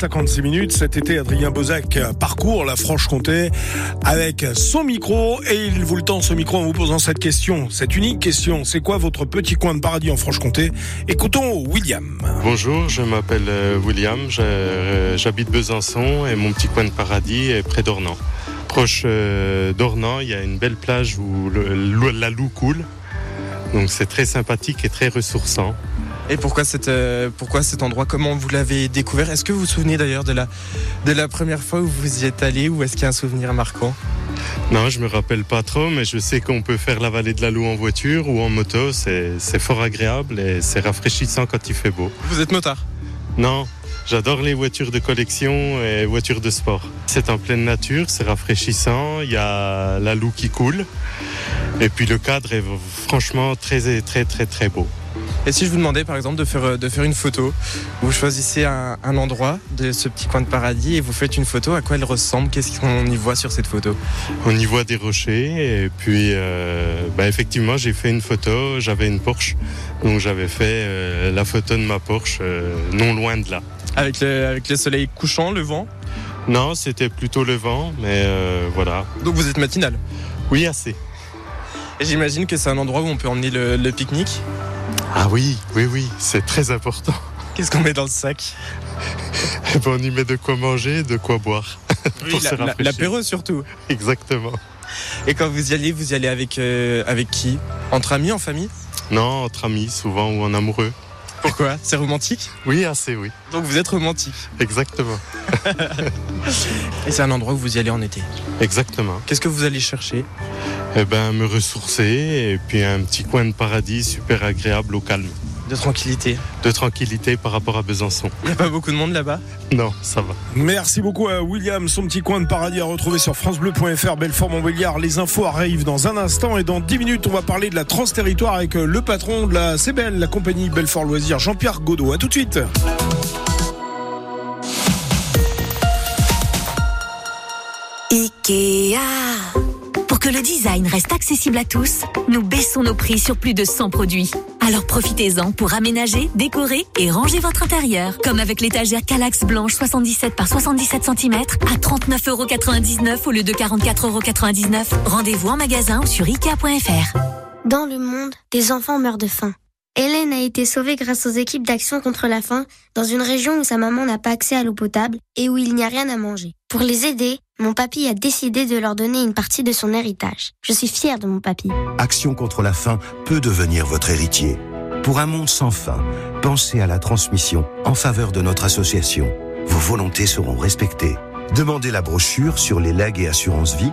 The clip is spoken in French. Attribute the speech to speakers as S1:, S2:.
S1: 56 minutes, cet été, Adrien Bozac parcourt la Franche-Comté avec son micro et il vous le tend ce micro en vous posant cette question, cette unique question. C'est quoi votre petit coin de paradis en Franche-Comté Écoutons William.
S2: Bonjour, je m'appelle euh, William, euh, j'habite Besançon et mon petit coin de paradis est près d'Ornans. Proche d'Ornans, il y a une belle plage où le, la loue coule. Donc c'est très sympathique et très ressourçant.
S3: Et pourquoi, cette, euh, pourquoi cet endroit Comment vous l'avez découvert Est-ce que vous vous souvenez d'ailleurs de la, de la première fois où vous y êtes allé ou est-ce qu'il y a un souvenir marquant
S2: Non, je me rappelle pas trop, mais je sais qu'on peut faire la vallée de la Loue en voiture ou en moto. C'est fort agréable et c'est rafraîchissant quand il fait beau.
S3: Vous êtes motard
S2: Non, J'adore les voitures de collection et voitures de sport. C'est en pleine nature, c'est rafraîchissant, il y a la loue qui coule. Et puis le cadre est franchement très très très très beau.
S3: Et si je vous demandais par exemple de faire, euh, de faire une photo, vous choisissez un, un endroit de ce petit coin de paradis et vous faites une photo, à quoi elle ressemble Qu'est-ce qu'on y voit sur cette photo
S2: On y voit des rochers et puis euh, bah, effectivement j'ai fait une photo, j'avais une Porsche, donc j'avais fait euh, la photo de ma Porsche euh, non loin de là.
S3: Avec le, avec le, soleil couchant, le vent
S2: Non, c'était plutôt le vent, mais euh, voilà.
S3: Donc vous êtes matinal
S2: Oui, assez.
S3: J'imagine que c'est un endroit où on peut emmener le, le pique-nique
S2: Ah oui, oui, oui, c'est très important.
S3: Qu'est-ce qu'on met dans le sac
S2: Et ben, On y met de quoi manger, de quoi boire.
S3: Oui, L'apéro la, la, surtout.
S2: Exactement.
S3: Et quand vous y allez, vous y allez avec, euh, avec qui Entre amis, en famille
S2: Non, entre amis souvent ou en amoureux.
S3: Pourquoi C'est romantique
S2: Oui, assez, oui.
S3: Donc vous êtes romantique
S2: Exactement.
S3: Et c'est un endroit où vous y allez en été
S2: Exactement.
S3: Qu'est-ce que vous allez chercher
S2: Eh ben, me ressourcer et puis un petit coin de paradis super agréable au calme.
S3: De tranquillité.
S2: De tranquillité par rapport à Besançon.
S3: Il n'y a pas beaucoup de monde là-bas
S2: Non, ça va.
S1: Merci beaucoup à William. Son petit coin de paradis à retrouver sur FranceBleu.fr. Belfort Montbéliard. Les infos arrivent dans un instant et dans 10 minutes, on va parler de la Transterritoire avec le patron de la CBL, la compagnie Belfort Loisirs, Jean-Pierre Godot. À tout de suite.
S4: Ikea. Pour que le design reste accessible à tous, nous baissons nos prix sur plus de 100 produits. Alors profitez-en pour aménager, décorer et ranger votre intérieur. Comme avec l'étagère Calax blanche 77 par 77 cm à 39,99€ au lieu de 44,99€. Rendez-vous en magasin ou sur ikea.fr.
S5: Dans le monde, des enfants meurent de faim. Hélène a été sauvée grâce aux équipes d'action contre la faim dans une région où sa maman n'a pas accès à l'eau potable et où il n'y a rien à manger. Pour les aider, mon papy a décidé de leur donner une partie de son héritage. Je suis fière de mon papy.
S6: Action contre la faim peut devenir votre héritier. Pour un monde sans faim, pensez à la transmission en faveur de notre association. Vos volontés seront respectées. Demandez la brochure sur les legs et assurances vie